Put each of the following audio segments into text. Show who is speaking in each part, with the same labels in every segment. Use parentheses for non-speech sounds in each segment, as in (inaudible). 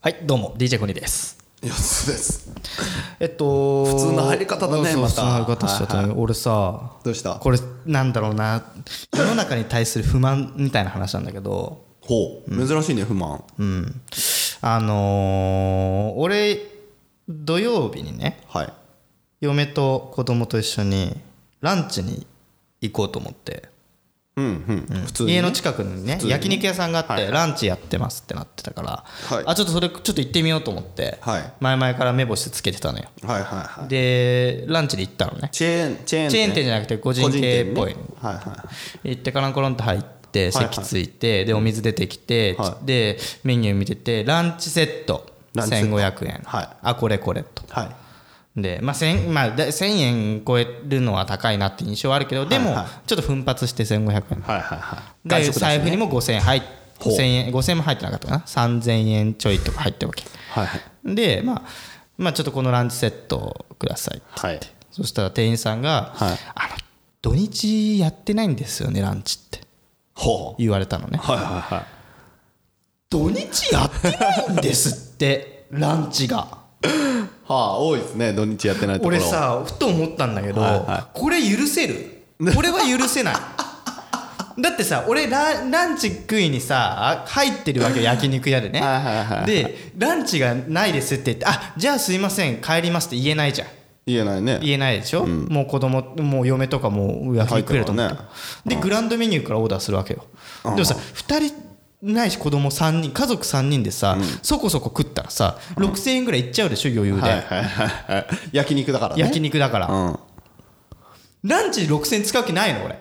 Speaker 1: はい、どうも、DJ コニーです。
Speaker 2: 四つです
Speaker 1: えっと、
Speaker 2: 普通の入り方だね
Speaker 1: そう
Speaker 2: また
Speaker 1: 普通の入り方しちゃったね。俺さ、
Speaker 2: どうした
Speaker 1: これ、なんだろうな、世の中に対する不満みたいな話なんだけど、
Speaker 2: ほう、珍しいね不満
Speaker 1: うん。あのー俺、土曜日にね、
Speaker 2: はい
Speaker 1: 嫁と子供と一緒にランチに行こうと思って、
Speaker 2: うんうん、普通に
Speaker 1: 家の近くにね、焼肉屋さんがあって、ランチやってますってなってたから、
Speaker 2: はい
Speaker 1: あ、ちょっとそれ、ちょっと行ってみようと思って、
Speaker 2: はい
Speaker 1: 前々から目星つけてたのよ。
Speaker 2: はいはいはい
Speaker 1: でランチで行ったのね
Speaker 2: チェーンチェーン、ね、
Speaker 1: チェーン店じゃなくて個人系っぽい
Speaker 2: 個人店ねはいは
Speaker 1: 行ってカランコロンと入って
Speaker 2: はいはい
Speaker 1: 席ついてでお水出てきて
Speaker 2: は
Speaker 1: でメニュー見ててランチセット
Speaker 2: ランチセット
Speaker 1: 1500円
Speaker 2: はい
Speaker 1: あこれこれと
Speaker 2: いはい
Speaker 1: でまあ 1000, まあだ1000円超えるのは高いなって印象はあるけどでも
Speaker 2: はいはい
Speaker 1: ちょっと奮発して1500円
Speaker 2: はいはいはい
Speaker 1: で
Speaker 2: 外食だし
Speaker 1: 財布にも5000円入っ
Speaker 2: ほう
Speaker 1: 5000円5000円も入ってなかったかな3000円ちょいとか入ってるわけ
Speaker 2: はいはい
Speaker 1: でまあまあちょっとこのランチセットください
Speaker 2: はい
Speaker 1: そしたら店員さんが、
Speaker 2: はい
Speaker 1: あの土日やってないんですよねランチって
Speaker 2: ほう
Speaker 1: 言われたのね
Speaker 2: はいはいはい
Speaker 1: 土日やってないんですって (laughs) ランチが
Speaker 2: はあ多いですね土日やってないところ
Speaker 1: 俺さふと思ったんだけど、
Speaker 2: はいは
Speaker 1: これ許せるこれは許せない (laughs) だってさ俺ラランチ食いにさあ入ってるわけ
Speaker 2: (laughs)
Speaker 1: よ焼肉屋でね
Speaker 2: はいはいはいはい
Speaker 1: でランチがないですって言ってあじゃあすいません帰りますって言えないじゃん
Speaker 2: 言えないね
Speaker 1: (laughs) 言えないでしょ、もう子供もう嫁とかもう焼き肉食えると思って
Speaker 2: 入ってるか
Speaker 1: でグランドメニューからオーダーするわけよ、でもさ2人ないし子供3人家族3人でさ、そこそこ食ったらさ6000円ぐらいいっちゃうでしょ余裕で、
Speaker 2: はいはいはいはい焼肉だからね
Speaker 1: 焼肉だから、
Speaker 2: うんうん
Speaker 1: ランチ6000円使う気ないの俺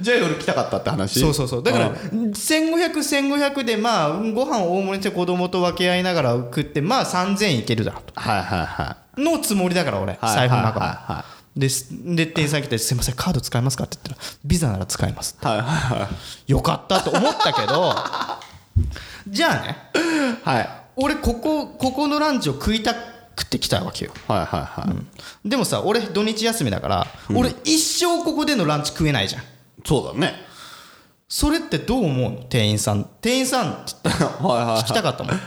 Speaker 2: じゃあ夜来たかったって話
Speaker 1: そうそうそうだから
Speaker 2: ん
Speaker 1: 15001500でまあご飯大盛りにして子供と分け合いながら食ってまあ3000円いけるだろうと
Speaker 2: はいはいはい
Speaker 1: のつもりだから俺
Speaker 2: はい
Speaker 1: 財布の中も、
Speaker 2: はいはいはい
Speaker 1: ですで店員さん来て「すいませんカード使えますか?」って言ったら「ビザなら使えます」
Speaker 2: はいはいは
Speaker 1: よかったと思ったけど (laughs) じゃあね
Speaker 2: いはいはい
Speaker 1: 俺ここここのランチを食いたくて来たわけよ
Speaker 2: はいはいはい
Speaker 1: でもさ俺土日休みだから、俺一生ここでのランチ食えないじゃん
Speaker 2: そう
Speaker 1: (laughs)
Speaker 2: だね
Speaker 1: それってどう思うの店員さん店員さんって
Speaker 2: はいはいはい
Speaker 1: 聞きたかったも
Speaker 2: (laughs)
Speaker 1: ん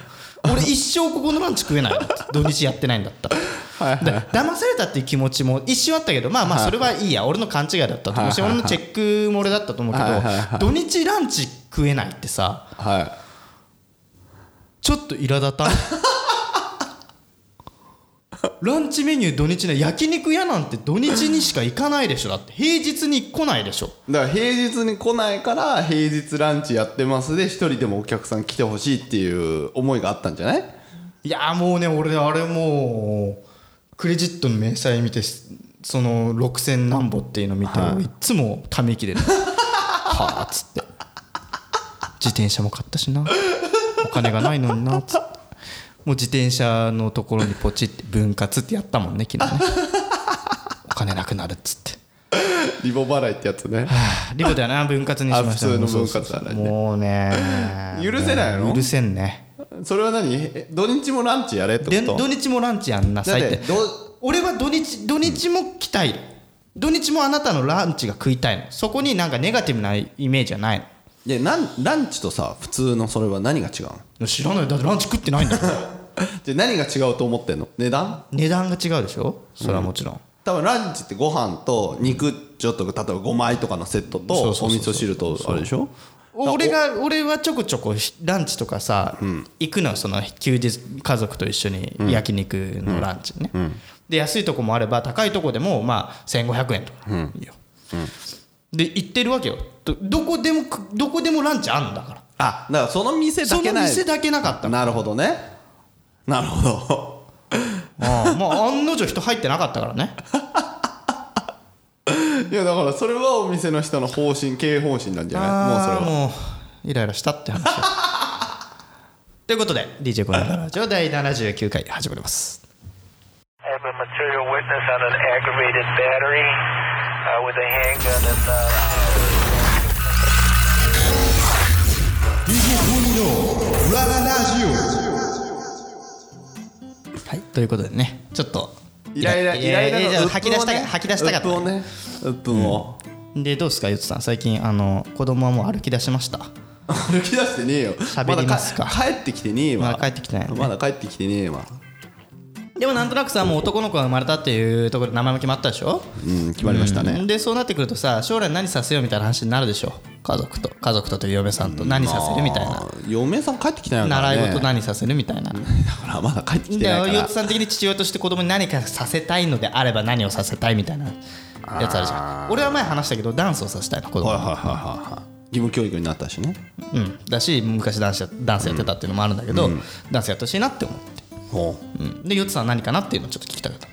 Speaker 1: 俺一生ここのランチ食えないの土日やってないんだったら
Speaker 2: (laughs) はいはい
Speaker 1: だ騙されたっていう気持ちも一瞬あったけどまあまあそれはいいや俺の勘違いだったと思うし
Speaker 2: はい
Speaker 1: 俺
Speaker 2: はいはい
Speaker 1: のチェックも俺だったと思うけ
Speaker 2: はいはいは
Speaker 1: ど土日ランチ食えないってさ
Speaker 2: はい
Speaker 1: ちょっと苛立たんランチメニュー土日の焼肉屋なんて土日にしか行かないでしょだって平日に来ないでしょ
Speaker 2: だから平日に来ないから平日ランチやってますで一人でもお客さん来てほしいっていう思いがあったんじゃない
Speaker 1: いやーもうね俺あれもうクレジットの明細見てその6000何ぼっていうの見て、
Speaker 2: はい
Speaker 1: い、つもため息
Speaker 2: (laughs)
Speaker 1: で、ね、はあっつって自転車も買ったしなお金がないのになっつってもう自転車のところにポチって分割ってやったもんね昨
Speaker 2: (laughs)
Speaker 1: 日ねお金なくなるっつって
Speaker 2: リボ払いってやつね
Speaker 1: リボだな分割にしました
Speaker 2: あ普通の分割だね
Speaker 1: もうね
Speaker 2: 許せないの
Speaker 1: 許せんね
Speaker 2: それは何え土日もランチやれって
Speaker 1: で
Speaker 2: こと
Speaker 1: 土日もランチやんなさいって
Speaker 2: だってど
Speaker 1: 俺は土日土日も来たいの土日もあなたのランチが食いたいのそこになんかネガティブなイメージはない
Speaker 2: いやなんランチとさ普通のそれは何が違うの
Speaker 1: の知らないだってランチ食ってないんだ
Speaker 2: (laughs)
Speaker 1: から
Speaker 2: じゃあ何が違うと思ってんの値段
Speaker 1: 値段が違うでしょそれはもちろん、
Speaker 2: 多分ランチってご飯と肉ちょっと例えば5枚とかのセットと
Speaker 1: そ
Speaker 2: お
Speaker 1: うそうそうそう
Speaker 2: 味噌汁とあれでしょ
Speaker 1: 俺が俺はちょこちょこランチとかさ、行くのその休日家族と一緒に焼肉のランチね、で安いとこもあれば高いとこでもまあ1500円とか、いいよで行ってるわけよどどこでもくどこでもランチあんだから
Speaker 2: あだからその店だ
Speaker 1: そ
Speaker 2: け
Speaker 1: の
Speaker 2: ない
Speaker 1: 店だけなかった
Speaker 2: なるほどねなるほど
Speaker 1: ああまあ案の定人入ってなかったからね
Speaker 2: (laughs) いやだからそれはお店の人の方針経営方針なんじゃないもうそれは
Speaker 1: ああもうイライラしたって話
Speaker 2: (laughs)
Speaker 1: だということで DJ コロナラジオ第79回始まります
Speaker 3: I have a material witness on an aggravated battery uh, with a handgun and. Uh
Speaker 4: DJ ラララジオ
Speaker 1: はいということでねちょっと
Speaker 2: イライライライラ
Speaker 1: いやいや
Speaker 2: の
Speaker 1: 吐き出した
Speaker 2: う
Speaker 1: か
Speaker 2: っぷんをね
Speaker 1: 吐き出したかった
Speaker 2: うっぷんをねうっぷんを
Speaker 1: でどうですかゆつさん最近あの子供はもう歩き出しました
Speaker 2: (laughs) 歩き出してねえよ
Speaker 1: 喋りますか
Speaker 2: まだ帰ってきてねえわ
Speaker 1: まだ帰ってきてないね
Speaker 2: まだ帰ってきてねえわ
Speaker 1: でもなんとなくさもう男の子が生まれたっていうところで名前も決まったでしょ
Speaker 2: うん決まりましたね
Speaker 1: でそうなってくるとさ将来何させようみたいな話になるでしょ家族と家族とという嫁さんと何させるみたい
Speaker 2: あ
Speaker 1: な
Speaker 2: ー嫁さん帰ってきたよね
Speaker 1: 習い事
Speaker 2: だか
Speaker 1: 何させるみたいな
Speaker 2: らまだ帰ってきて
Speaker 1: で
Speaker 2: ないから
Speaker 1: ゆうとさん的に父親として子供に何かさせたいのであれば何をさせたいみたいなやつあるじゃん俺は前話したけどダンスをさせたいの子供
Speaker 2: はい
Speaker 1: に
Speaker 2: はいはいはいはい義務教育になったしね
Speaker 1: うん、だし昔ダンスやダンスやってたっていうのもあるんだけど、ダンスやってほしいなって思って、
Speaker 2: ほう
Speaker 1: うん、でヨッツさん何かなっていうのをちょっと聞きたかった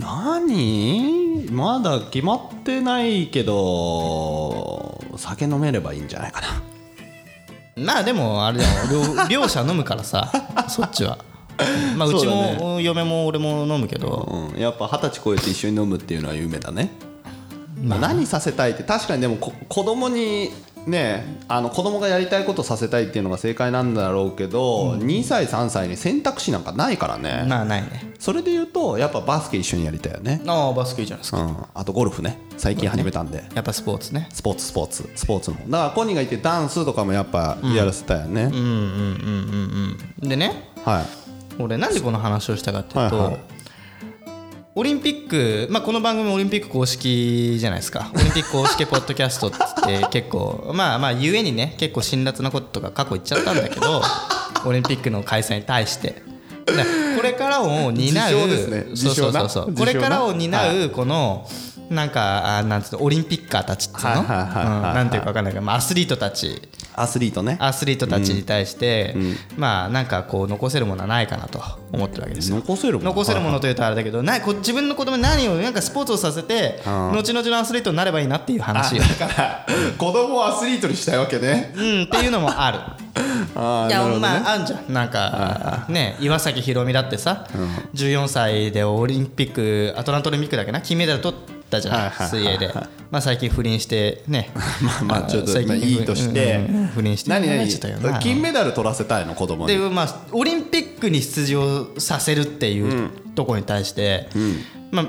Speaker 2: 何まだ決まってないけど酒飲めればいいんじゃないかな
Speaker 1: まあでもあれだよ両両者飲むから (laughs) さそっちはまあうちも
Speaker 2: そうだ
Speaker 1: 嫁も俺も飲むけど
Speaker 2: うん、やっぱ二十歳超えて一緒に飲むっていうのは夢だね、まあ、何させたいって確かにでもこ子供にねあの子供がやりたいことさせたいっていうのが正解なんだろうけど、2歳3歳に選択肢なんかないからね、
Speaker 1: まあないね
Speaker 2: それで言うとやっぱバスケ一緒にやりたいよね、
Speaker 1: ああバスケいいじゃないです
Speaker 2: う
Speaker 1: か、
Speaker 2: ん、あとゴルフね最近始めたんで、
Speaker 1: やっぱスポーツね
Speaker 2: スポーツスポーツスポーツのだからコニーがいてダンスとかもやっぱやらせたよね、
Speaker 1: でね
Speaker 2: はい
Speaker 1: 俺なんでこの話をしたかっていうと、
Speaker 2: はいはい
Speaker 1: オリンピック、まあ、この番組オリンピック公式じゃないです
Speaker 2: (laughs)
Speaker 1: かオリンピック公式ポッドキャストっつって結構まあまあゆえにね結構辛辣なこととか過去言っちゃったんだけ
Speaker 2: (laughs)
Speaker 1: どオリンピックの開催に対して。だからこれからを担う
Speaker 2: 自称ですね
Speaker 1: そう
Speaker 2: 自
Speaker 1: そう
Speaker 2: 称な
Speaker 1: そうそう
Speaker 2: 自
Speaker 1: こ
Speaker 2: 称な
Speaker 1: れからを担うこのなんかあなんつうのオリンピッカーたちっていうのうん
Speaker 2: はいはいはいはいはい
Speaker 1: なんていうか分かんないけどまあアスリートたち
Speaker 2: アスリートね
Speaker 1: アスリートたちに対して、まあなんかこう残せるものはないかなと思ってるわけですよ
Speaker 2: 残せるもの
Speaker 1: 残せるものというとあれだけどなこ自分の子供に何をなんかスポーツをさせて後々のアスリートになればいいなっていう話よ、
Speaker 2: (laughs) 子供をアスリートにしたいわけ
Speaker 1: (laughs)
Speaker 2: ね
Speaker 1: うん、っていうのもある。
Speaker 2: (laughs) あ
Speaker 1: い
Speaker 2: (laughs)
Speaker 1: や
Speaker 2: あなるほどね
Speaker 1: まああんじゃんなんかね岩崎宏美だってさ、14歳でオリンピックアトランタオリンピックだっけな金メダル取ったじゃない、
Speaker 2: はいはいはい
Speaker 1: 水泳で、まあ、最近不倫してね
Speaker 2: (laughs) まあまあちょっと
Speaker 1: 最近
Speaker 2: まあいいとして
Speaker 1: うんうん不倫して
Speaker 2: 何
Speaker 1: ちょっとよな
Speaker 2: 何金メダル取らせたいの子供
Speaker 1: で
Speaker 2: に
Speaker 1: まあ、オリンピックに出場させるっていうところに対して、ま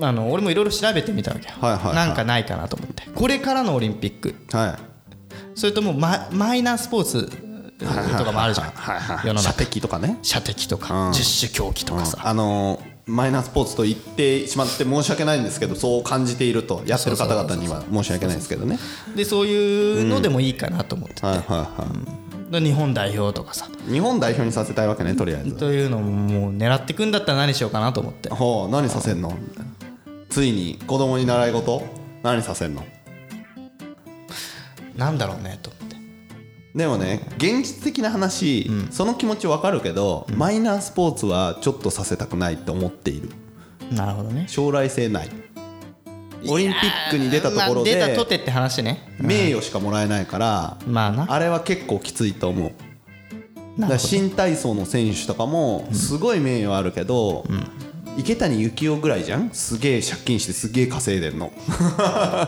Speaker 1: あ、あの俺もいろいろ調べてみたわけよ、
Speaker 2: はいはいはい
Speaker 1: なんかないかなと思ってこれからのオリンピック
Speaker 2: は
Speaker 1: それともママイナースポーツとかもあるじゃん
Speaker 2: はいはい
Speaker 1: 世の
Speaker 2: 射
Speaker 1: 中
Speaker 2: 的とかね
Speaker 1: 射的とか、
Speaker 2: うん
Speaker 1: 十種競技とかさ、
Speaker 2: あのーマイナースポーツと言ってしまって申し訳ないんですけどそう感じているとやってる方々には申し訳ないですけどね
Speaker 1: でそういうのでもいいかなと思って、
Speaker 2: はいはいは
Speaker 1: で日本代表とかさ
Speaker 2: い日本代表にさせたいわけねとりあえず
Speaker 1: というのももう狙っていくんだったら何しようかなと思って
Speaker 2: ほう何させんのついに子供に習い事何させんの
Speaker 1: なんだろうねと思って
Speaker 2: でもね現実的な話、その気持ちわかるけど、マイナースポーツはちょっとさせたくないって思っている
Speaker 1: なるほどね
Speaker 2: 将来性ないオリンピックに出たところ
Speaker 1: まあ、出
Speaker 2: で
Speaker 1: たとてって話ね
Speaker 2: 名誉しかもらえないから、
Speaker 1: まあな
Speaker 2: あれは結構きついと思う
Speaker 1: な
Speaker 2: だ
Speaker 1: る
Speaker 2: か
Speaker 1: ほ
Speaker 2: ら
Speaker 1: ど
Speaker 2: 新体操の選手とかもすごい名誉あるけど、池谷幸雄ぐらいじゃんすげえ借金してすげえ稼いでんの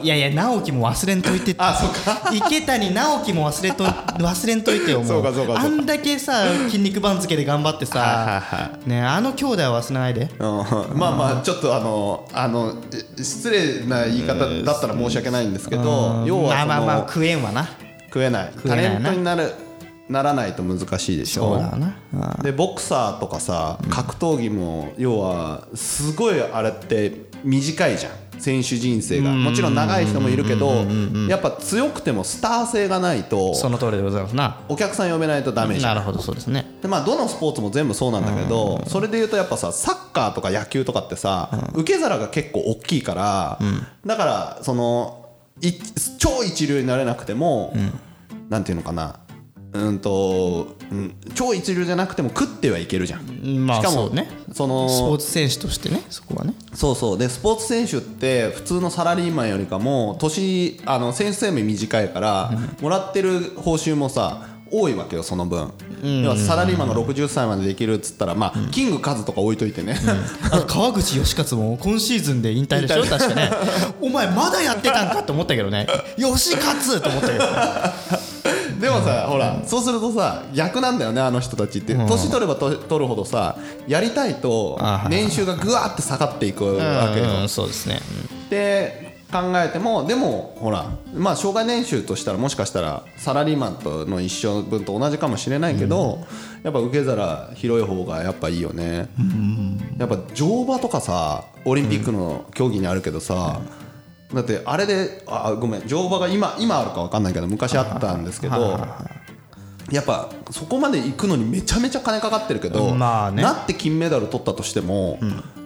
Speaker 1: いやいや直樹も忘れんといてって
Speaker 2: あそっ (laughs) か
Speaker 1: 池谷直樹も忘
Speaker 2: (laughs)
Speaker 1: れと忘れんといてよも
Speaker 2: そうかそうかそうか
Speaker 1: あんだけさ筋肉番付で頑張って
Speaker 2: はい
Speaker 1: さねあの兄弟は忘れないで
Speaker 2: うんまあまあちょっとあのあのえ失礼な言い方だったら申し訳ないんですけど要は
Speaker 1: まあ
Speaker 2: その
Speaker 1: まあまあ食えんわな
Speaker 2: 食えない
Speaker 1: え
Speaker 2: タ
Speaker 1: ないな
Speaker 2: レントになるならないと難しいでしょ
Speaker 1: そうだなうん
Speaker 2: でボクサーとかさ格闘技も要はすごいあれって短いじゃん選手人生がもちろん長い人もいるけどやっぱ強くてもスター性がないと
Speaker 1: その通りでございますな
Speaker 2: お客さん呼べないとダメじゃ
Speaker 1: なんるほどそうですね
Speaker 2: でまあどのスポーツも全部そうなんだけどそれで言うとやっぱさサッカーとか野球とかってさ受け皿が結構大きいからだからそのい超一流になれなくてもなんていうのかなうんとうん超一流じゃなくても食ってはいけるじゃん。
Speaker 1: まあ
Speaker 2: しか
Speaker 1: そう
Speaker 2: も
Speaker 1: ね
Speaker 2: その
Speaker 1: スポーツ選手としてねそこ
Speaker 2: (laughs)
Speaker 1: はね
Speaker 2: そうそうでスポーツ選手って普通のサラリーマンよりかも年あの選手生命短いから、もらってる報酬もさ多いわけよその分、要はサラリーマンが60歳までできるっつったらまあ、キングカズとか置いといてね、
Speaker 1: あ川口義勝も今シーズンで引退でしょ確かねお前まだやってたんかと思ったけど
Speaker 2: (laughs)
Speaker 1: ね義勝と思ったけど
Speaker 2: でもさ、ほらそうするとさ逆なんだよねあの人たちって、年取ればと取るほどさやりたいと
Speaker 1: あはい
Speaker 2: 年収がぐわーって下がっていくわけよ、
Speaker 1: うんそうですね
Speaker 2: で考えてもでもほらまあ障害年収としたらもしかしたらサラリーマンとの一生分と同じかもしれないけど、やっぱ受け皿広い方がやっぱいいよね、やっぱ乗馬とかさオリンピックの競技にあるけどさ、だってあれであごめん乗馬が今今あるか分かんないけど昔あったんですけどやっぱそこまで行くのにめちゃめちゃ金かかってるけど、
Speaker 1: まあね
Speaker 2: なって金メダル取ったとしても、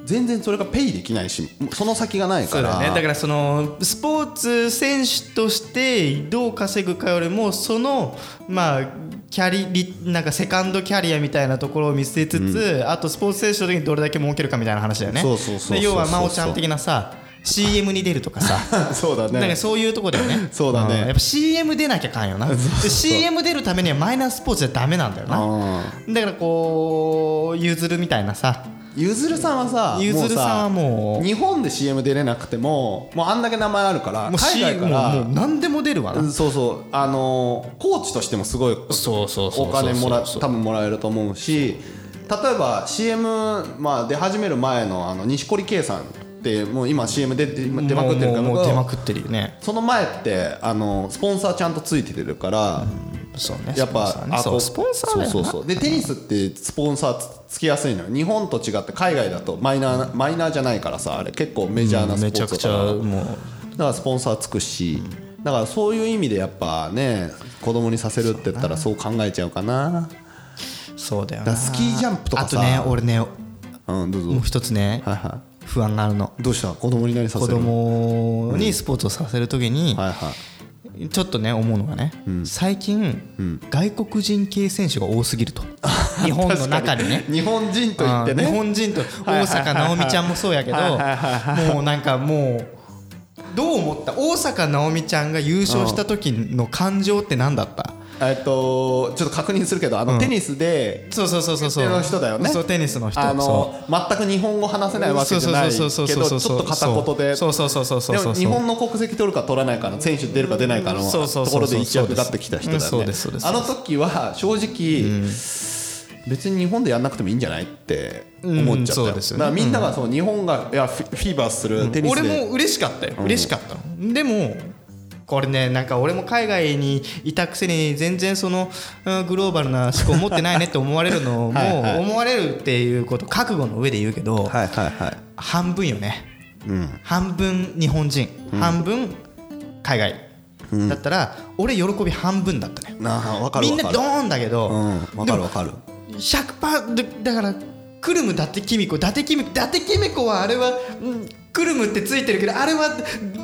Speaker 2: 全然それがペイできないしその先がない
Speaker 1: そ
Speaker 2: か
Speaker 1: う
Speaker 2: ら
Speaker 1: だねだからそのスポーツ選手としてどう稼ぐかよりもそのまあキャリリなんかセカンドキャリアみたいなところを見据えつつ、あとスポーツ選手の時にどれだけ儲けるかみたいな話だよね
Speaker 2: そうそうそうそうそう
Speaker 1: で要は真央ちゃん的なさ CM に出るとかさ
Speaker 2: (laughs) そうだ
Speaker 1: なん
Speaker 2: ね
Speaker 1: かそういうとこだよね
Speaker 2: そうだね
Speaker 1: んやっぱ CM 出なきゃかんよ
Speaker 2: (laughs)
Speaker 1: なで CM 出るためにはマイナースポーツじゃダメなんだよなだからこう譲るみたいなさ
Speaker 2: ゆずるさんはさ
Speaker 1: ゆずるさんはもう
Speaker 2: うさ日本で CM 出れなくてももうあんだけ名前あるから
Speaker 1: もう
Speaker 2: 海外
Speaker 1: CM
Speaker 2: か
Speaker 1: も
Speaker 2: ら
Speaker 1: う何でも出るわな
Speaker 2: そうそうあのーコーチとしてもすごい
Speaker 1: そうそうそうそう
Speaker 2: お金もら
Speaker 1: そうそう
Speaker 2: 多分もらえると思うし例えば CM、まあ、出始める前のあの錦織圭さんってもう今 CM 出出ま出まくってるから
Speaker 1: もうもう出まくってるよね
Speaker 2: その前ってあのスポンサーちゃんとついてるから、
Speaker 1: そうね
Speaker 2: やっぱ
Speaker 1: スポンサーね
Speaker 2: あ
Speaker 1: そ
Speaker 2: こ
Speaker 1: う
Speaker 2: う
Speaker 1: スポンサーだよな
Speaker 2: そうそうそうでテニスってスポンサーつつきやすいのよ日本と違って海外だとマイナーなマイナーじゃないからさあれ結構メジャーなスポ
Speaker 1: め
Speaker 2: ーツ
Speaker 1: ち
Speaker 2: だ
Speaker 1: ゃくち
Speaker 2: か
Speaker 1: ゃも
Speaker 2: ら
Speaker 1: う
Speaker 2: だからスポンサーつくし、だからそういう意味でやっぱね子供にさせるって言ったらそう考えちゃうかな
Speaker 1: そうだよ
Speaker 2: だか
Speaker 1: な
Speaker 2: らスキージャンプとか
Speaker 1: あと
Speaker 2: さ
Speaker 1: ね俺ねも
Speaker 2: うんどうぞ
Speaker 1: う一つね
Speaker 2: はいは
Speaker 1: 不安があるの
Speaker 2: いどうした子供に何さ
Speaker 1: 子
Speaker 2: せる
Speaker 1: 供にスポーツをさせる時に
Speaker 2: はいはい
Speaker 1: ちょっとね思うのがね最近外国人系選手が多すぎ
Speaker 2: (laughs)
Speaker 1: ると日本の中でね
Speaker 2: 日本人と言ってね
Speaker 1: うん日本人と大坂なおみちゃんもそうやけどもうなんかもうどう思った大坂なおみちゃんが優勝した時の感情って何だった
Speaker 2: えっとちょっと確認するけどあの、テニスで
Speaker 1: そうそうそうそうそう
Speaker 2: テニスの人だよね
Speaker 1: そうテニスの人
Speaker 2: あ
Speaker 1: そ
Speaker 2: の全く日本語話せ
Speaker 1: う
Speaker 2: ないわけじゃないけ
Speaker 1: そ
Speaker 2: ど
Speaker 1: う
Speaker 2: ち
Speaker 1: そ
Speaker 2: ょ
Speaker 1: う
Speaker 2: っ
Speaker 1: そうそう
Speaker 2: と片言で
Speaker 1: そうそうそうそうそう
Speaker 2: で
Speaker 1: そうそう
Speaker 2: も日本の国籍取るか取らないかの選手出るか出ないかの
Speaker 1: そうそうそうそう
Speaker 2: ところで一躍立ってきた人だよね
Speaker 1: そうですそうです
Speaker 2: あの時は正直別に日本でやんなくてもいいんじゃないって思っちゃった
Speaker 1: うんそうですよね
Speaker 2: だからみんながその日本がいやフィフィーバーするテニス
Speaker 1: 俺
Speaker 2: で
Speaker 1: も嬉しかったよ嬉しかったのでもこれねなんか俺も海外にいたくせに全然そのうんグローバルな思考持ってないねって思われるのも
Speaker 2: はいはい
Speaker 1: 思われるっていうこと覚悟の上で言うけど
Speaker 2: はいはいはい
Speaker 1: 半分よね半分日本人半分海外だったら俺喜び半分だったね
Speaker 2: なあ分かる
Speaker 1: み
Speaker 2: 分
Speaker 1: んな
Speaker 2: かる
Speaker 1: ドーンだけど
Speaker 2: うん分
Speaker 1: で
Speaker 2: かる
Speaker 1: も
Speaker 2: 分かる
Speaker 1: 100%でだからクルム伊達公子伊達公子伊達公子はあれはうんクルムってついてるけどあれは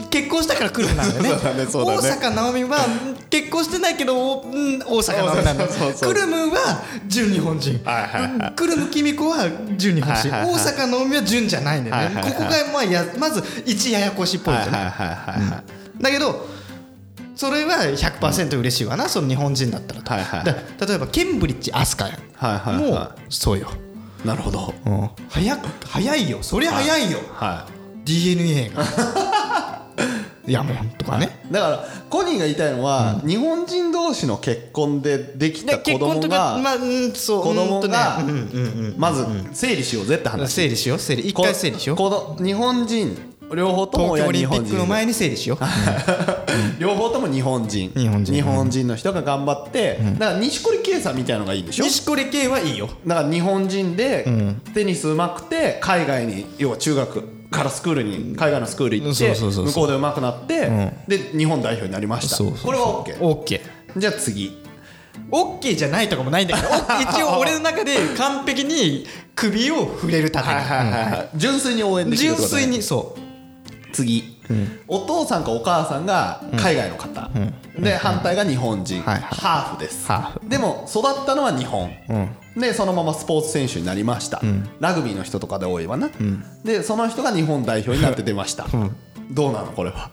Speaker 1: 結婚したからクルムなんだよね
Speaker 2: そうだねそうだね
Speaker 1: 大坂なおみはうん結婚してないけどうん大坂なおみなんだよ
Speaker 2: そうそう (laughs) そうそう
Speaker 1: クルムは純日本人
Speaker 2: はいはいはい
Speaker 1: クルム公子は純日本人
Speaker 2: はいはい
Speaker 1: 大
Speaker 2: はい
Speaker 1: 坂なおみは純じゃないんだよね、
Speaker 2: はいはいはい
Speaker 1: ここがまあやまず一ややこしいポイン
Speaker 2: はい
Speaker 1: ト
Speaker 2: はい
Speaker 1: ね、
Speaker 2: はいはいはい
Speaker 1: だけどそれは100%嬉しいわな、その日本人だったらと、
Speaker 2: はいはい
Speaker 1: だ例えばケンブリッジ飛鳥やん、
Speaker 2: はいはいはい
Speaker 1: もうそうよ、
Speaker 2: なるほど
Speaker 1: 早く早いよそりゃ早いよ、
Speaker 2: は
Speaker 1: DNA
Speaker 2: (laughs)
Speaker 1: がヤモンとかね、
Speaker 2: いだからコニーが言いたいのは日本人同士の結婚でできた
Speaker 1: で
Speaker 2: 子供が
Speaker 1: まあうんそう
Speaker 2: 子供が
Speaker 1: うんとねうんうん
Speaker 2: まず整理しようぜって
Speaker 1: うん
Speaker 2: 話
Speaker 1: 整理しよう整理一
Speaker 2: こ
Speaker 1: 回整理しよう
Speaker 2: この日本人両方とも
Speaker 1: 東京
Speaker 2: 親
Speaker 1: オリ
Speaker 2: 日
Speaker 1: ンピッ
Speaker 2: 本
Speaker 1: クの
Speaker 2: 人
Speaker 1: 前に整理しよう
Speaker 2: (laughs) 両方とも日本人
Speaker 1: 日本人
Speaker 2: の人が頑張ってだから錦織圭さんみたいのがいいんでしょ
Speaker 1: 錦織圭はいいよ
Speaker 2: だから日本人でテニスうまくて海外に要は中学からスクールに海外のスクール行っ
Speaker 1: そ
Speaker 2: て
Speaker 1: うそうそうそう
Speaker 2: 向こうでうまくなってで日本代表になりました
Speaker 1: そうそうそう
Speaker 2: これは OK
Speaker 1: オッケー
Speaker 2: じゃあ次
Speaker 1: オッケーじゃないとかもないんだ (laughs) けど一応俺の中で完璧に首を触れるために
Speaker 2: 純粋に応援
Speaker 1: うん
Speaker 2: できるっ
Speaker 1: 純
Speaker 2: てことね
Speaker 1: 粋にそ
Speaker 2: 次、お父さんかお母さんが海外の方、で反対が日本人、
Speaker 1: はいはい
Speaker 2: ハーフです
Speaker 1: ハー
Speaker 2: でも育ったのは日本、でそのままスポーツ選手になりました、ラグビーの人とかで多いわな、でその人が日本代表になって出ました、どうなのこ
Speaker 1: (laughs)
Speaker 2: れは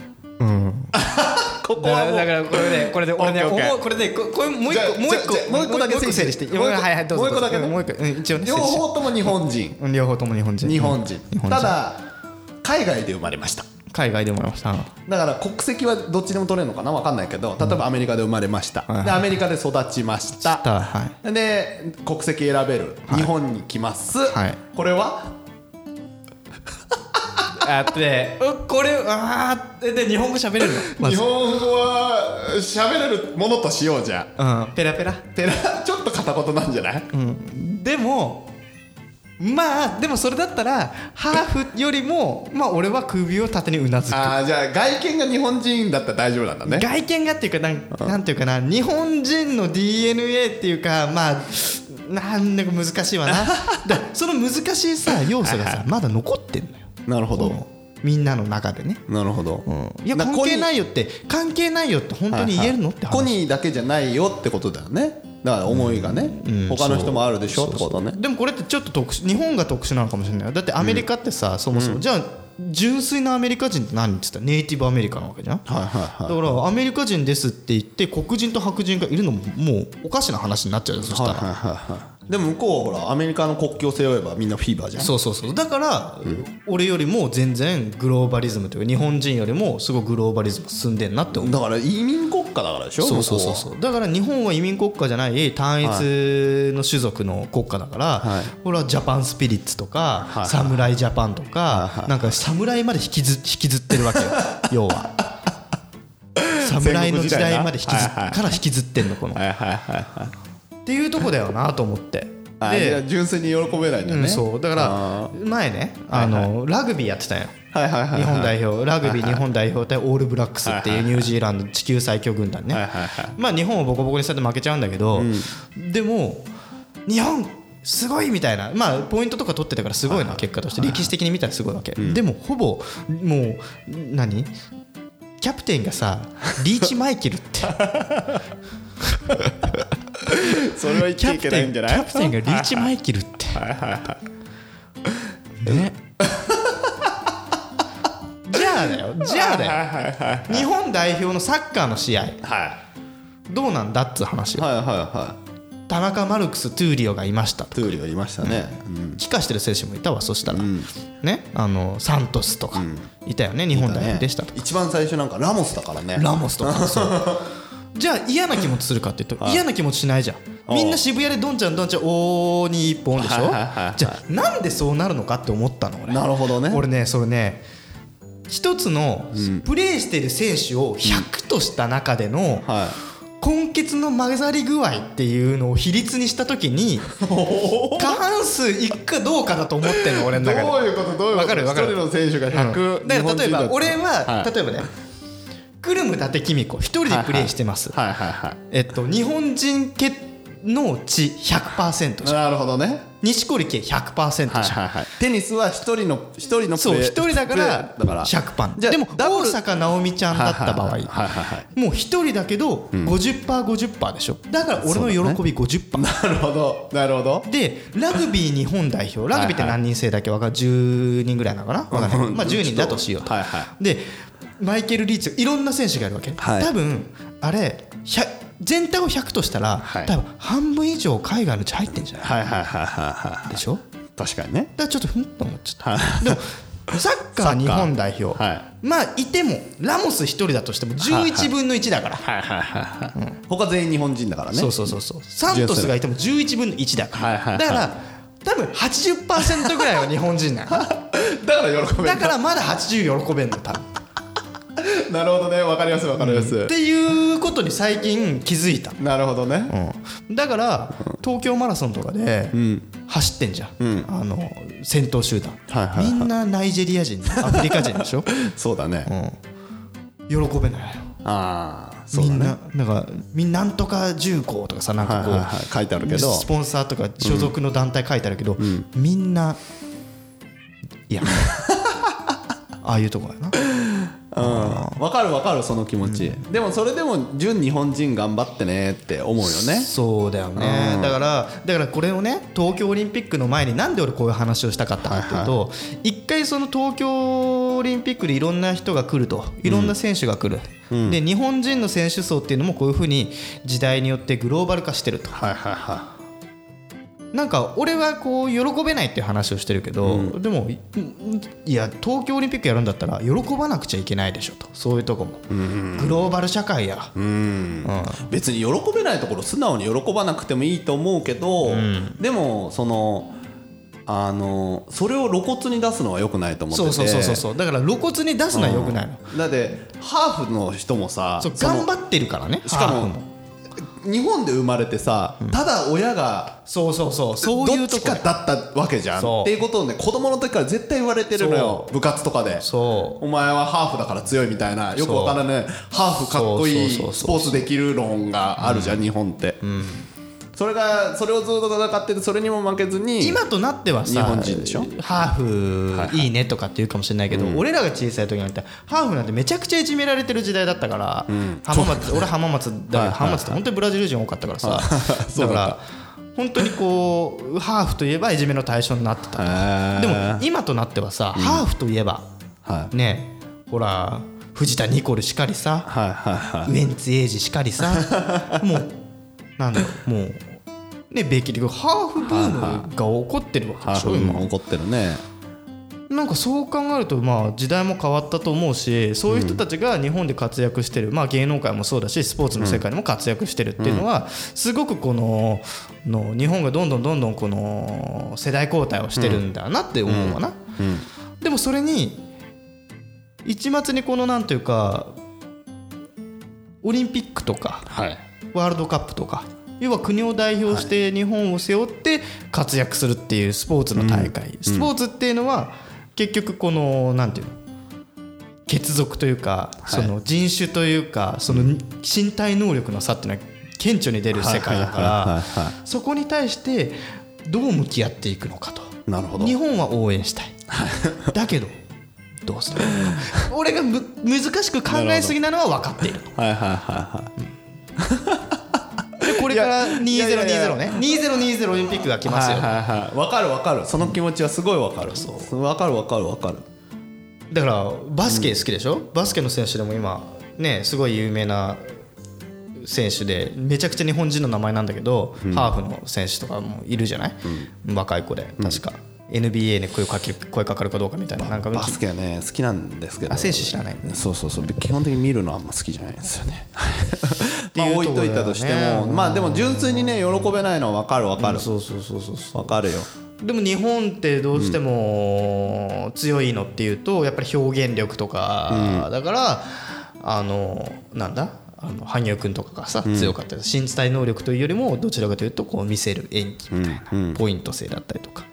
Speaker 2: (laughs) こ
Speaker 1: う
Speaker 2: こ
Speaker 1: だか
Speaker 2: は
Speaker 1: ら
Speaker 2: もう
Speaker 1: だからこれでこれで俺ね
Speaker 2: オッケーオ
Speaker 1: 思う
Speaker 2: ッケー
Speaker 1: これでここれもう一
Speaker 2: じゃあ
Speaker 1: 個もう一個
Speaker 2: じゃあもう一個だけ
Speaker 1: もう一個整理して
Speaker 2: もう一個
Speaker 1: はいはいどうぞ
Speaker 2: もう一個だけね
Speaker 1: どうぞもう一個うん一応ね
Speaker 2: 両
Speaker 1: 整理して
Speaker 2: 方とも日本人
Speaker 1: うん両方とも日本人
Speaker 2: 日本人
Speaker 1: 日本人
Speaker 2: ただ海外で生まれました
Speaker 1: 海外でもらいました
Speaker 2: だから国籍はどっちでも取れるのかな分かんないけど例えばアメリカで生まれました、
Speaker 1: はいはい
Speaker 2: でアメリカで育ちまし
Speaker 1: だ
Speaker 2: た
Speaker 1: はい
Speaker 2: で国籍選べる、
Speaker 1: い
Speaker 2: 日本に来ます、
Speaker 1: はい
Speaker 2: これは
Speaker 1: あってうこれあーで日本語喋れるの、 (laughs) ま
Speaker 2: 日
Speaker 1: ず
Speaker 2: 本語は喋れるものとしようじゃ
Speaker 1: うん、ペラペラ
Speaker 2: てなちょっと片言なんじゃない、
Speaker 1: でもまあでもそれだったらハーフよりもまあ俺は首を縦にうなずく
Speaker 2: ああじゃあ外見が日本人だったら大丈夫なんだね
Speaker 1: 外見がっていうかなんなんていうかな日本人の DNA っていうかまあなんだか難しい
Speaker 2: (laughs)
Speaker 1: わなだその難しいさ要素がさまだ残ってんのよ
Speaker 2: なるほど
Speaker 1: みんなの中でね、
Speaker 2: なるほど、
Speaker 1: いや
Speaker 2: な
Speaker 1: 関
Speaker 2: コニ
Speaker 1: 係
Speaker 2: ー
Speaker 1: ないよって関係ないよって本当に言えるのって話
Speaker 2: コニーだけじゃないよってことだよねだから思いがね、他の人もあるでしょってことね
Speaker 1: でもこれってちょっと特殊日本が特殊なのかもしれないよだってアメリカってさ、そもそも、じゃあ純粋なアメリカ人って何って言ったらネイティブアメリカなわけじゃん、
Speaker 2: はいはい
Speaker 1: だ
Speaker 2: はい
Speaker 1: からアメリカ人ですって言って黒人と白人がいるのももうおかしな話になっちゃうよそしたら、
Speaker 2: はいはいはいはいでも向こうはほらアメリカの国旗を背負えばみんなフィーバーじゃん
Speaker 1: そうそうそうだから、俺よりも全然グローバリズムというか日本人よりもすごいグローバリズム進んでんなって思う
Speaker 2: だから移民国家だからでしょ
Speaker 1: そうそうそうそうだから日本は移民国家じゃない単一の種族の国家だから、
Speaker 2: はい
Speaker 1: これはジャパンスピリッツとか、
Speaker 2: いはい
Speaker 1: サムライジャパンとか、なんか侍まで引きず引きずってる
Speaker 2: (laughs)
Speaker 1: わけよ要は侍の時代まで引きず
Speaker 2: 戦国時代なはいはい
Speaker 1: から引きずってんのこの、
Speaker 2: 向こうははいはいはいはい
Speaker 1: っていうとこだよなと思って
Speaker 2: あじゃあ
Speaker 1: で、
Speaker 2: 純粋に喜べないんだ
Speaker 1: う
Speaker 2: ね
Speaker 1: んそうだから
Speaker 2: あ
Speaker 1: 前ねあの、ラグビーやってたよ
Speaker 2: はいはいはいはい
Speaker 1: 日本代表ラグビー日本代表対オールブラックスっていうニュージーランド地球最強軍団ね
Speaker 2: はいはいは
Speaker 1: まあ日本をボコボコにされて負けちゃうんだけどでも日本すごいみたいなまあポイントとか取ってたからすごいな結果として歴史的に見たらすごいわけでもほぼもう何キャプテンがさリーチマイケルって
Speaker 2: それは言っ
Speaker 1: キ
Speaker 2: ちゃ
Speaker 1: ャ
Speaker 2: い
Speaker 1: プ
Speaker 2: けな
Speaker 1: テ
Speaker 2: い
Speaker 1: ンキ
Speaker 2: んじゃない
Speaker 1: ャプテンがリーチマイケルってね (laughs) じゃあだよじゃあだよ
Speaker 2: はいはいはい
Speaker 1: 日本代表のサッカーの試合
Speaker 2: は
Speaker 1: どうなんだっつう話
Speaker 2: い
Speaker 1: よ
Speaker 2: はいはいはい
Speaker 1: 田中マルクス・トゥーリオがいましたと
Speaker 2: トゥーリオいましたね、うん
Speaker 1: 帰化してる選手もいたわそしたら、ねあのサントスとか、いたよね日本代表でしたとか、
Speaker 2: 一番最初なんかラモスだからね
Speaker 1: ラモス
Speaker 2: (laughs)
Speaker 1: とかそうじゃあ嫌な気持ちするかっていうと嫌な気持ちしないじゃん
Speaker 2: おう
Speaker 1: みんな渋谷でどんちゃんどんちゃんおーに一本でしょ
Speaker 2: はいはいはいはい
Speaker 1: じゃあなんでそうなるのかって思ったの俺
Speaker 2: なるほどね
Speaker 1: 俺ねそれね一つのプレーしてる選手を100とした中での、
Speaker 2: は
Speaker 1: 根血の混ざり具合っていうのを比率にしたときに過半数いくかどうかだと思ってんの俺
Speaker 2: い
Speaker 1: の中で
Speaker 2: どういうことどういうこと
Speaker 1: わかるわかる
Speaker 2: 一人の選手が100、
Speaker 1: うんだから例え
Speaker 2: 日本人だ
Speaker 1: ば
Speaker 2: と
Speaker 1: 俺は、
Speaker 2: はい
Speaker 1: 例えばねクルム伊達公子一人でプレーしてます、
Speaker 2: はいはいはい
Speaker 1: えっと日本人血の血100%じゃん
Speaker 2: なるほどね
Speaker 1: 錦織圭100%じゃん、
Speaker 2: はいはいはいテニスは一人の一人のプレー
Speaker 1: そう一人だか
Speaker 2: プレーだから
Speaker 1: ら100パン
Speaker 2: じゃあ
Speaker 1: でも
Speaker 2: ダブ
Speaker 1: 大
Speaker 2: ル
Speaker 1: 坂なおみちゃんだった場合
Speaker 2: はいはいはいはい
Speaker 1: もう一人だけど 50%50% でしょだから俺の喜び50%
Speaker 2: なるほどなるほど
Speaker 1: でラグビー日本代表ラグビーって何人制だっけわかる10人ぐらいなのかなわかんないけどまあ10人だとしようと、
Speaker 2: はいは
Speaker 1: でマイケル・リーチいろんな選手がいるわけ、
Speaker 2: はい
Speaker 1: 多分あれ100全体を100としたら、
Speaker 2: はい
Speaker 1: 多分半分以上海外のうち入ってんじゃない、
Speaker 2: はいはいはいはい
Speaker 1: でしょだか
Speaker 2: 確かにね
Speaker 1: らちょっとふんと思っちゃっ
Speaker 2: はい (laughs)
Speaker 1: たでもサッカ
Speaker 2: サ
Speaker 1: ー
Speaker 2: ッカー
Speaker 1: 日本代表、
Speaker 2: は
Speaker 1: まあいてもラモス一人だとしても11分の1だから、
Speaker 2: はいはいはいはい他全員日本人だからね
Speaker 1: そうそうそうそうサントスがいても11分の1だから、
Speaker 2: はいはいはい
Speaker 1: だから多分80%ぐらいは日本人
Speaker 2: (laughs)
Speaker 1: なの
Speaker 2: だから喜べ
Speaker 1: だからまだ80喜べんの多分
Speaker 2: なるほどねわかりますわかります、
Speaker 1: っていうことに最近気づいた、
Speaker 2: なるほどね、
Speaker 1: だから東京マラソンとかで走ってんじゃん、あの先頭集団、
Speaker 2: はいはいは
Speaker 1: み
Speaker 2: い
Speaker 1: んなナイジェリア人アフリカ人でし
Speaker 2: (laughs)
Speaker 1: ょ
Speaker 2: そうだね、
Speaker 1: 喜べないよ
Speaker 2: ああそ
Speaker 1: み
Speaker 2: うだ
Speaker 1: ん
Speaker 2: ね
Speaker 1: ななんかみんななんとか重工とかさなんかこう、
Speaker 2: はいはいはい書いてあるけど
Speaker 1: スポンサーとか所属の団体書いてあるけど、みんないや (laughs) ああいうとこやな
Speaker 2: うんわかるわかるその気持ち、でもそれでも純日本人頑張ってねって思うよね
Speaker 1: そうだよね、だからだからこれをね東京オリンピックの前になんで俺こういう話をしたかったかっていうと、一回その東京オリンピックでいろんな人が来るといろんな選手が来る、で日本人の選手層っていうのもこういうふうに時代によってグローバル化してると
Speaker 2: はいはいはい
Speaker 1: なんか俺はこう喜べないっていう話をしてるけど、でもいいや東京オリンピックやるんだったら喜ばなくちゃいけないでしょとそういうとこも、グローバル社会や、うん
Speaker 2: 別に喜べないところ素直に喜ばなくてもいいと思うけど、でもそのあのそれを露骨に出すのはよくないと思って
Speaker 1: そう
Speaker 2: て
Speaker 1: そうそうそうそうだから露骨に出すのはよくないの、
Speaker 2: だってハーフの人もさ
Speaker 1: そう
Speaker 2: そ
Speaker 1: 頑
Speaker 2: の
Speaker 1: 張ってるからね
Speaker 2: しか
Speaker 1: ハーフ
Speaker 2: も日本で生まれてさ、ただ親が
Speaker 1: そうそうそう
Speaker 2: ど
Speaker 1: そうい
Speaker 2: っ
Speaker 1: うと
Speaker 2: ち
Speaker 1: こ
Speaker 2: かだったわけじゃん
Speaker 1: そう
Speaker 2: っていうことをね子供の時から絶対言われてるのよ部活とかで
Speaker 1: そう
Speaker 2: お前はハーフだから強いみたいなよくわからないハーフかっこいい
Speaker 1: そうそうそうそう
Speaker 2: スポーツできる論があるじゃん、日本って、それがそれをずっと戦っててそれにも負けずに
Speaker 1: 今となってはさ
Speaker 2: 日本人でしょ
Speaker 1: ハーフいいねとかって言うかもしれないけど、俺らが小さい時なんてハーフなんてめちゃくちゃいじめられてる時代だったから、浜松俺浜松だけど、
Speaker 2: はいはい
Speaker 1: 浜松って本当にブラジル人多かったからさ、
Speaker 2: (laughs) そう
Speaker 1: だか
Speaker 2: だ
Speaker 1: ら本当にこうハーフといえばいじめの対象になってたでも今となってはさ、ハーフといえば
Speaker 2: はい
Speaker 1: ねほら藤田ニコルしかりさ、
Speaker 2: はいはいはい
Speaker 1: ウエンツ・エイジしかり (laughs) さもうなんだろうもうねベイキリー君ハーフブームが起こってるわけ
Speaker 2: ハ
Speaker 1: でしょ
Speaker 2: ーフ
Speaker 1: 今
Speaker 2: も怒ってるね
Speaker 1: なんかそう考えるとまあ時代も変わったと思うしそういう人たちが日本で活躍してるまあ芸能界もそうだしスポーツの世界でも活躍してるっていうのはすごくこのの日本がどんどんどんどんこの世代交代をしてるんだなって思うわな。でもそれに一末にこのなんというかオリンピックとか
Speaker 2: はい
Speaker 1: ワールドカップとか要は国を代表して日本を背負って活躍するっていうスポーツの大会、スポーツっていうのは結局このなんていうの血族というか、
Speaker 2: はい
Speaker 1: その人種というかその身体能力の差っていうのは顕著に出る世界だ
Speaker 2: はい
Speaker 1: か
Speaker 2: はいはいは
Speaker 1: ら
Speaker 2: い
Speaker 1: そこに対してどう向き合っていくのかと
Speaker 2: なるほど
Speaker 1: 日本は応援したいだけどどうするの
Speaker 2: (laughs)
Speaker 1: か俺がむ難しく考えすぎなのは分かっている
Speaker 2: はいはいはいはい
Speaker 1: でこれから
Speaker 2: いやいやいや
Speaker 1: 2020ね2020オリンピックが来ますよ
Speaker 2: はいはいはいわかるわかるその気持ちはすごいわかるそうわかるわかるわかる
Speaker 1: だからバスケ好きでしょバスケの選手でも今ねすごい有名な選手でめちゃくちゃ日本人の名前なんだけどハーフの選手とかもいるじゃない若い子で確か NBA に声かけ声かかるかどうかみたいななんか
Speaker 2: バスケはね好きなんですけど
Speaker 1: あ選手知らない
Speaker 2: そうそうそう基本的に見るのはあんま好きじゃないんですよね (laughs) まあ
Speaker 1: っていうとこ
Speaker 2: 置
Speaker 1: だよね
Speaker 2: いといたとしてもまあでも純粋にね喜べないのは分かる分かる
Speaker 1: そうそうそうそうそう
Speaker 2: 分かるよ
Speaker 1: でも日本ってどうしても強いのっていうとやっぱり表現力とか、だからあのなんだあの羽生君とかがさ強かったり身体能力というよりもどちらかというとこう見せる演技みたいな、ポイント制だったりとか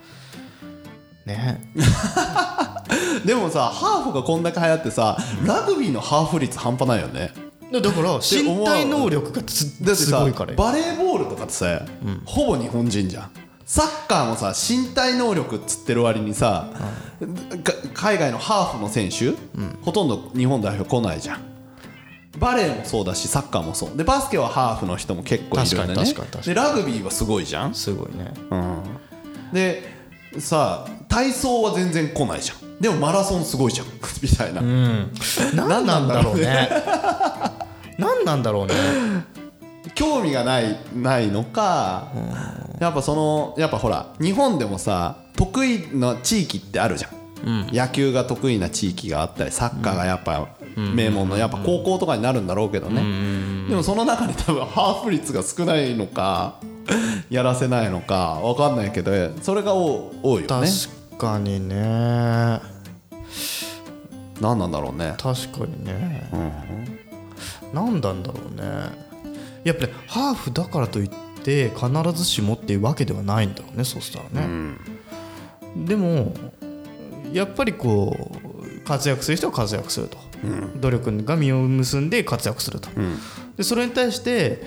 Speaker 1: (laughs) ね
Speaker 2: でもさハーフがこんだけ流行ってさラグビーのハーフ率半端ないよね
Speaker 1: だから身体能力がつ
Speaker 2: だって
Speaker 1: す
Speaker 2: さ
Speaker 1: ごいからよ
Speaker 2: バレーボールとかってさ、ほぼ日本人じゃんサッカーもさ身体能力っつってる割にさ、が海外のハーフの選手、ほとんど日本代表来ないじゃんバレーもそうだしサッカーもそうでバスケはハーフの人も結構いるよね
Speaker 1: 確かに確かに確か
Speaker 2: でラグビーはすごいじゃん
Speaker 1: すごいね
Speaker 2: でさ体操は全然来ないじゃんでもマラソンすごいじゃん (laughs) みたいな、
Speaker 1: 何 (laughs) なんだろうね何なんだろう (laughs) ね
Speaker 2: 興味がないないのかやっぱそのやっぱほら日本でもさ得意な地域ってあるじゃん、野球が得意な地域があったりサッカーがやっぱ名門のやっぱ高校とかになるんだろうけどね、でもその中に多分ハーフ率が少ないのかやらせないのかわかんないけどそれが多多いよね
Speaker 1: 確かにね
Speaker 2: 何なんだろうね
Speaker 1: 確かにね、何なんだろうねやっぱりハーフだからといって必ずしもっていうわけではないんだろうねそうしたらね、でもやっぱりこう活躍する人は活躍すると、努力が実を結んで活躍すると、でそれに対して、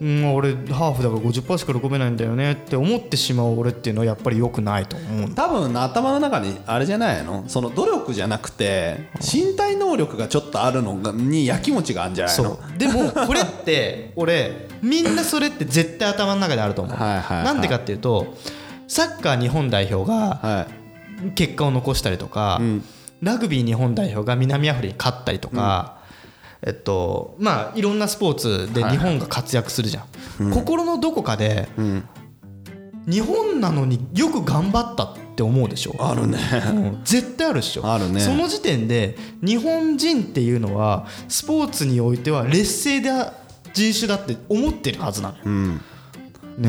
Speaker 1: うん、俺ハーフだから50%しか喜べないんだよねって思ってしまう俺っていうのはやっぱり良くないと思うんだ
Speaker 2: 多分頭の中にあれじゃないのその努力じゃなくて身体能力がちょっとあるのがにやきもちがあるんじゃないの
Speaker 1: そうでもこれって俺みんなそれって絶対頭の中であると思う、
Speaker 2: はいはいはい
Speaker 1: なんでかっていうとサッカー日本代表が
Speaker 2: はい
Speaker 1: 結果を残したりとか、ラグビー日本代表が南アフリカに勝ったりとか、えっとまあいろんなスポーツで日本が活躍するじゃん、心のどこかで、日本なのによく頑張ったって思うでしょ
Speaker 2: あるね
Speaker 1: うん絶対あるっしょ
Speaker 2: あるね
Speaker 1: その時点で日本人っていうのはスポーツにおいては劣勢だ人種だって思ってるはずなのよ、ね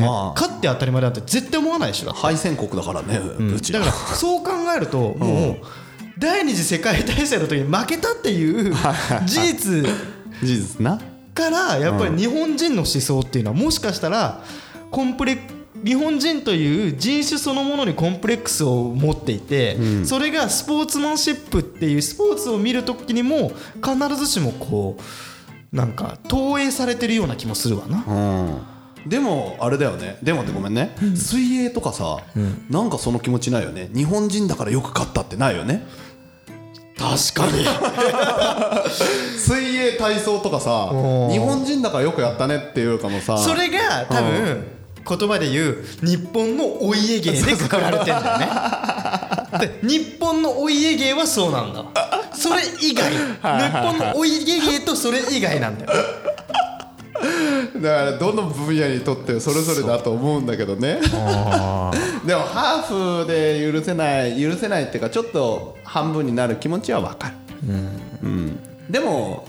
Speaker 2: まあ
Speaker 1: 勝って当たり前だって絶対思わないでしょだって
Speaker 2: 敗戦国だからね、うち
Speaker 1: だ
Speaker 2: ら
Speaker 1: からそう考えるともう第二次世界大戦の時に負けたっていう事実
Speaker 2: 事実な
Speaker 1: からやっぱり日本人の思想っていうのはもしかしたらコンプレ日本人という人種そのものにコンプレックスを持っていて、それがスポーツマンシップっていうスポーツを見るときにも必ずしもこうなんか投影されてるような気もするわな。
Speaker 2: うんでもあれだよねでもってごめんね、水泳とかさ、なんかその気持ちないよね日本人だからよく勝ったってないよね
Speaker 1: 確かに
Speaker 2: 水泳体操とかさ
Speaker 1: おー
Speaker 2: 日本人だからよくやったねっていうかもさ
Speaker 1: それが多分言葉で言う日本のお家芸でくくられてんだよ (laughs) ねで日本のお家芸はそうなんだわそれ以 (laughs) 外日本のお家芸とそれ以外なんだよ
Speaker 2: だからどの分野にとってそれぞれだと思うんだけどねでもハーフで許せない許せないっていうかちょっと半分になる気持ちはわかる、うんでも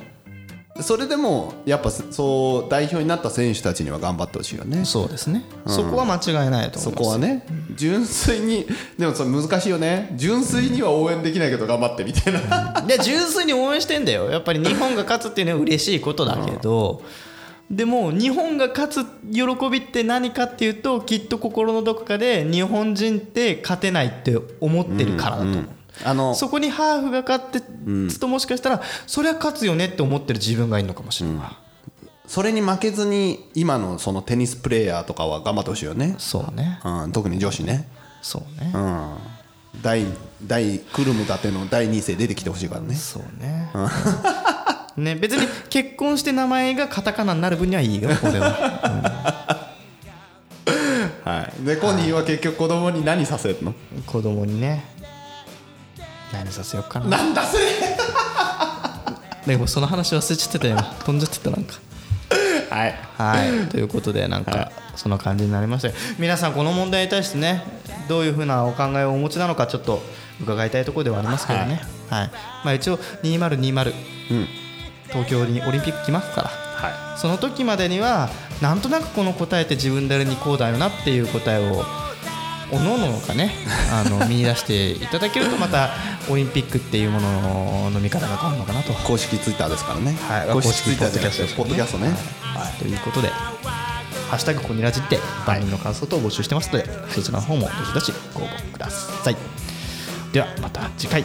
Speaker 2: それでもやっぱそう代表になった選手たちには頑張ってほしいよね
Speaker 1: そうですね、そこは間違いないと思います
Speaker 2: そこはね純粋にでもそれ難しいよね純粋には応援できないけど頑張ってみたいな
Speaker 1: で純粋に応援してんだよやっぱり日本が勝つっていうのは嬉しいことだけど、でも日本が勝つ喜びって何かっていうときっと心のどこかで日本人って勝てないって思ってるからだと思う、
Speaker 2: あの
Speaker 1: そこにハーフが勝ってつともしかしたらそれは勝つよねって思ってる自分がいるのかもしれない、
Speaker 2: それに負けずに今のそのテニスプレーヤーとかは頑張ってほしいよね、
Speaker 1: そうね
Speaker 2: うん、特に女子ね
Speaker 1: そうね、
Speaker 2: うん第第クルム伊達の第2世出てきてほしいからね
Speaker 1: そうねね別に結婚して名前がカタカナになる分にはいいよ俺
Speaker 2: (laughs)
Speaker 1: は
Speaker 2: はいでコニーは結局子供に何させるの
Speaker 1: 子供にね何させようかな
Speaker 2: なんだそれ
Speaker 1: でもその話忘れちゃってたよ飛んじゃってたなんか
Speaker 2: はい
Speaker 1: はいということでなんかその感じになりましたけど皆さんこの問題に対してねどういうふうなお考えをお持ちなのかちょっと伺いたいところではありますけどね、はいまあ、一応2020、
Speaker 2: うん
Speaker 1: 東京にオリンピック来ますから
Speaker 2: は
Speaker 1: その時までにはなんとなくこの答えって自分なりにこうだよなっていう答えをおのおのがねあの見出していただけるとまたオリンピックっていうものの見方が変わるのかなと
Speaker 2: い公式ツイッターですからね、
Speaker 1: はい、
Speaker 2: 公式ツイッターじゃなくてポッドキャストね
Speaker 1: はいということで「ハッシュタグコニラジ」って番組の感想等を募集してますので、そちらの方もどしどしご応募くださいではまた次回